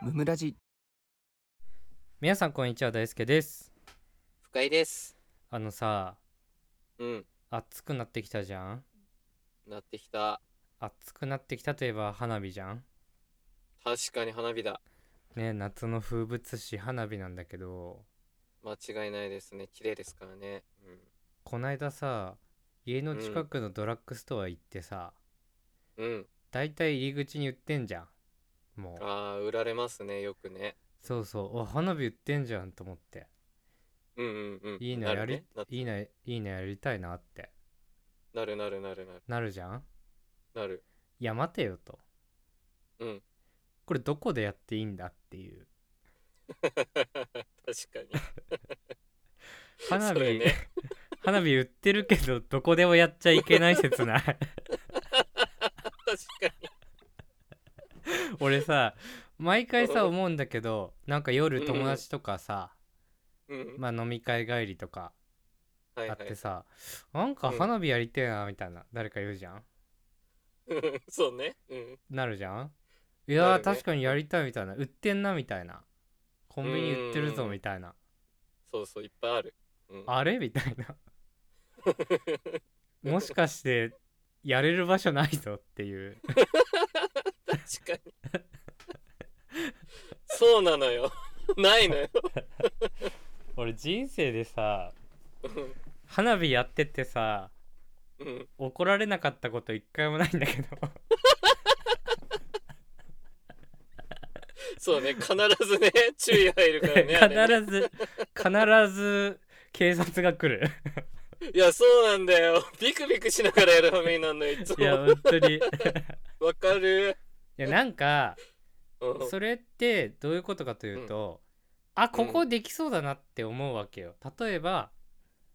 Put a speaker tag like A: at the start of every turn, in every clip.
A: ムムラジ
B: 皆さんこんにちは大輔です
C: 深井です。
B: あのさ
C: うん。
B: 暑くなってきたじゃん
C: なってきた。
B: 暑くなってきたといえば花火じゃん
C: 確かに花火だ。
B: ね夏の風物詩花火なんだけど
C: 間違いないですね。綺麗ですからね。
B: こないださ家の近くのドラッグストア行ってさ、
C: うん。うん。
B: だいたい入り口に売ってんじゃんもう
C: ああ、売られますね。よくね。
B: そうそうお花火売ってんじゃんと思って
C: うんうんうん。
B: いいな
C: な
B: や
C: る
B: り、
C: ねない
B: いないいなやりたいなって
C: なるなるなるなる。
B: なるじゃん
C: なる。
B: いや待てよと
C: うん。
B: これどこでやっていいんだっていう
C: 確 かに。
B: 花火、
C: それね
B: 花火売ってるけどどこでもやっちゃいけない説ない
C: 確か
B: 俺さ毎回さ
C: うん
B: 思うんだけどなんか夜友達とかさ、
C: に。うん。
B: まあ飲み会帰りとか
C: はい
B: あ
C: は
B: って
C: い。
B: さ、なんか花火やりてえなみたいな、誰か言うじゃん
C: うん そうね。うん。
B: なるじゃんいやー、
C: なるね
B: 確かにやりたいみたいな売ってんなみたいなコンビニ売ってる
C: う
B: ぞ
C: ん
B: みたいな
C: そうそう、いっぱいある。うん、
B: あれみたいなもしかしてやれる場所ないぞって いう
C: 確かに。そうなのよ。ないのよ。
B: 俺人生でさ
C: うん
B: 花火やっててさ
C: うん。
B: 怒られなかったこと一回もないんだけど
C: そうね。必ずね、注意入るからね。あれ ね
B: 必ず必ず警察が来る
C: いや、そうなんだよ。 ビクビクしながらやる羽目になるのいつ
B: いや
C: も。
B: 本当にい
C: わかる。
B: やなんか
C: うん
B: それってどういうことかというと、あここできそうだなって思うわけよ例えば、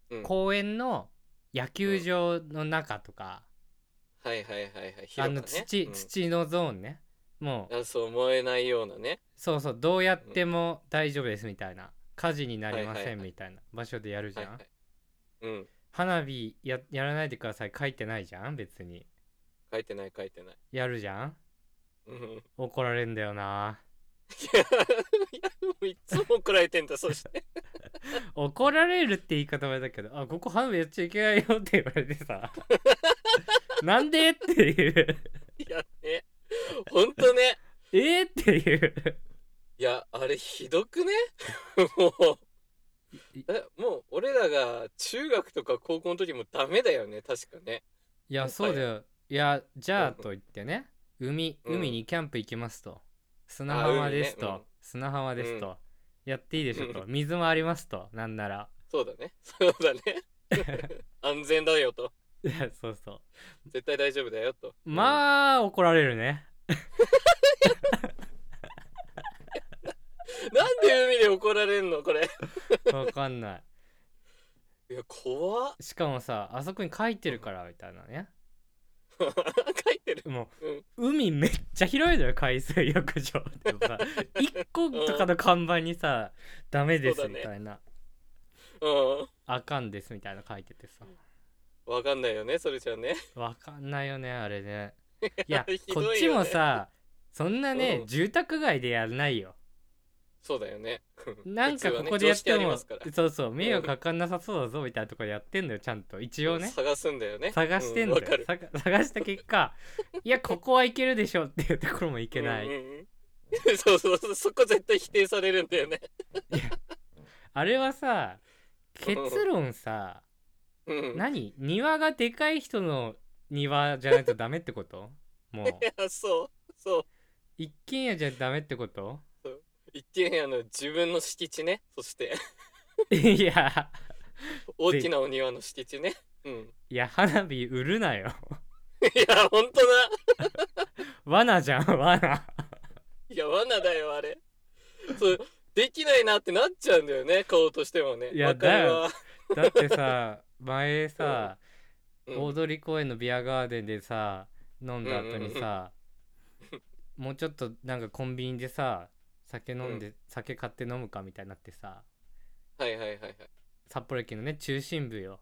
C: うん
B: 公園の野球場の中とか、
C: はいはいはいはい。
B: あ
C: 広
B: の
C: くね
B: 土、
C: うん
B: 土のゾーンねもう
C: あそう、燃えないようなね。
B: そうそうどうやっても大丈夫ですみたいな火事になりま
C: はいは
B: せ
C: い
B: ん
C: はい
B: みたいな場所でやるじゃ
C: はい
B: ん、
C: はい。うん。
B: 花火ややらないでください書いてないじゃん別に
C: 書いてない書いてない。
B: やるじゃん
C: うん。 い
B: 怒られんだよな
C: や、いやもういつも怒られてんだ、そして。
B: 怒られるって言い方はだけどあここ花火やっちゃいけないよって言われて さなんでっていう
C: いや、ね。ほんとね。
B: えーっていう
C: いや、あれひどくね もう。えもう俺らが中学とか高校の時もダメだよね確かね
B: いやそうだよいやじゃあと言ってね海
C: うん
B: 海にキャンプ行きますと砂浜ですと、
C: あ海ねうん
B: 砂浜ですと、
C: う
B: やっていいでしょ と水もありますとなんなら
C: そうだねそうだね 安全だよと
B: いやそうそう
C: 絶対大丈夫だよとあ
B: まあ怒られるね
C: なんで海で怒られんのこれ。
B: わかんない
C: いや、怖っ。
B: しかもさあそこに書いてるからみたいなね
C: 書いてる。
B: も
C: うん
B: う、海めっちゃ広いのよ海水浴場でもさ1 個とかの看板にさ「ダメです」
C: そうだ
B: み
C: ね
B: たいな、
C: う
B: あかんです」みたいな書いててさ
C: ん。わかんないよね、それじゃね。
B: わかんないよねあれ ねいや
C: ひど
B: こ
C: いよね
B: っちもさそんなね、
C: うん
B: 住宅街でやらないよ
C: そうだよね。
B: なんか
C: 普通
B: こ
C: はね
B: こでやって
C: 常識あり
B: も
C: ますから
B: そうそう迷惑かかんなさそうだぞみたいなとこでやってんのよちゃんと一応ね
C: 探すんだよね。
B: 探してんだ
C: うわか
B: よ、
C: る。
B: さ探した結果いやここはいけるでしょっていうところもいけない、
C: うんうんうん そうそうそう、そこ絶対否定されるんだよね。
B: あれはさ結論さ、
C: うん。い
B: 何庭がでかい人の庭じゃないとダメってこと もう
C: や、そう。そう。
B: 一軒家じゃダメってこと
C: 一軒家の自分の敷地ね。そして、
B: いや
C: 大きなお庭の敷地ね。うん。
B: いや花火売るなよ
C: いや、ほんとだ。
B: 罠じゃん罠
C: い や、罠だよ、あれ。そう。できないなってなっちゃうんだよね、顔としてもね。
B: いや
C: わかるわ。
B: だってさ前さ、
C: うん
B: 大通公園のビアガーデンでさ飲んだ後にさ、もうちょっとなんかコンビニでさ酒飲んで、酒買って飲むかみたいになってさ
C: はいはいはいはい。
B: 札幌駅のね中心部よ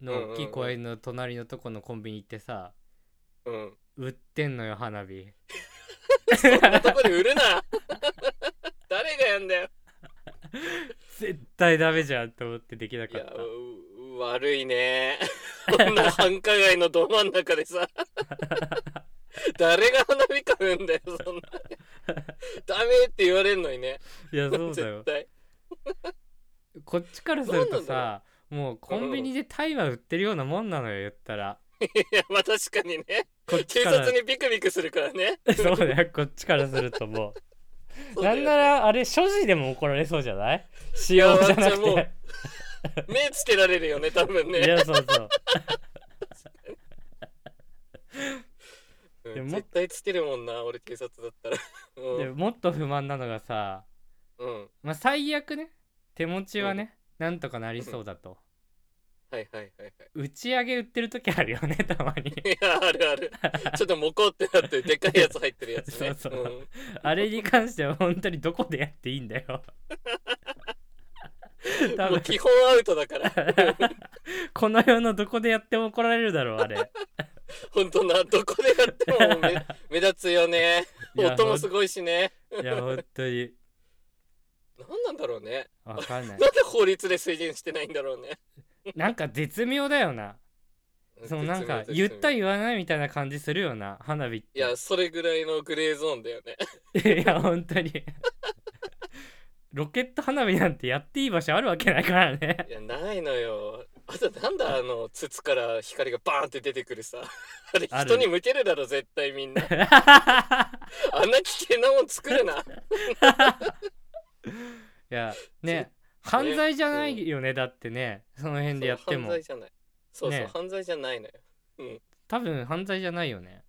B: の大きい公園の隣のとこのコンビニ行ってさ、
C: うん。
B: 売ってんのよ花火
C: そんなとこで売るな 誰がやんだよ
B: 絶対ダメじゃんと思ってできないかっ
C: や
B: た
C: うう悪いねこんな繁華街のど真ん中で さ誰が花火買うんだよそんなダメって言われんのにね
B: いやそうだ
C: 絶
B: よ
C: 対
B: こっちからすると
C: そうな
B: さもうコンビニで大麻売ってるようなもんなのよ言ったら
C: いやまあ確かにね
B: こっ
C: 警
B: ちか
C: 察
B: ら
C: にビクビクするからね
B: そうだよこっちからするともう
C: そうだ
B: な
C: よ
B: んならあれ所持でも怒られそうじゃない使用じゃなく
C: いやじゃ
B: て
C: 目つけられるよね多 分
B: い
C: ね
B: やそうそう
C: うん
B: でも
C: 絶対つけるもんな俺警察だっ たらうん
B: でもっと不満なのがさ
C: うん
B: まあ最悪ね手持ちはね、なんとかなりそうだと、
C: はいはいはいはい
B: 打ち上げ売ってる時あるよね た まに
C: いやあ るあるちょっとモコってなってでかいやつ入ってるやつね
B: そうそうあれに関しては本当にどこでやっていいんだ よ
C: うん
B: 多
C: もう
B: 分
C: 基本アウトだから
B: この世のどこでやっても怒られるだろうあ れ
C: 本当などこでやっても目 目立つよね
B: いや
C: 音もすごいしね
B: いや本当に
C: 何なんだろうね
B: わかんない
C: なんで法律で制限してないんだろうね
B: なんか絶妙だよなそのなんか言った
C: い
B: 言わないみたいな感じするよな花火って
C: いやそれぐらいのグレーゾーンだよね
B: いや本当にロケット花火なんてやっていい場所あるわけないからね
C: いやないのよあとなんだあの筒から光がバーンって出てくるさあれ
B: ある
C: 人に向けるだろ絶対みんなあんな危険なもん作るない
B: やね犯罪じゃないよねだってねその辺でやって
C: そう犯
B: も
C: 罪じゃないそうそう、
B: ね
C: 犯罪じゃないのよ
B: 多分犯罪じゃないよね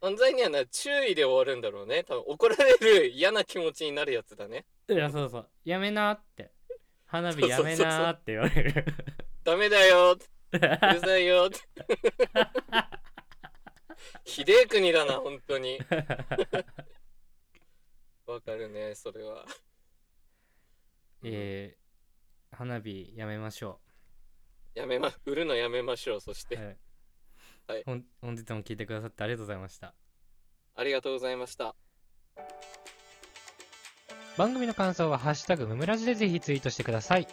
C: 犯罪にはな注意で終わるんだろうね多分怒られる嫌な気持ちになるやつだね
B: いやそうそうやめなーって花火やめなーって言われる
C: ダメだようるさいよひでえ国だな本当にわかるねそれは
B: えー、花火やめましょ
C: やめま売るのやめましょうそし
B: う、
C: て、
B: はい
C: はい
B: ほん本日も聞いてくださってありがとうございました
C: ありがとうございました
B: 番組の感想は「ハッシュタグむむらじ」でぜひツイートしてくださいチ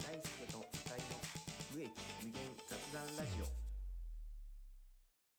A: 大輔と二人の無益無限雑談ラジオ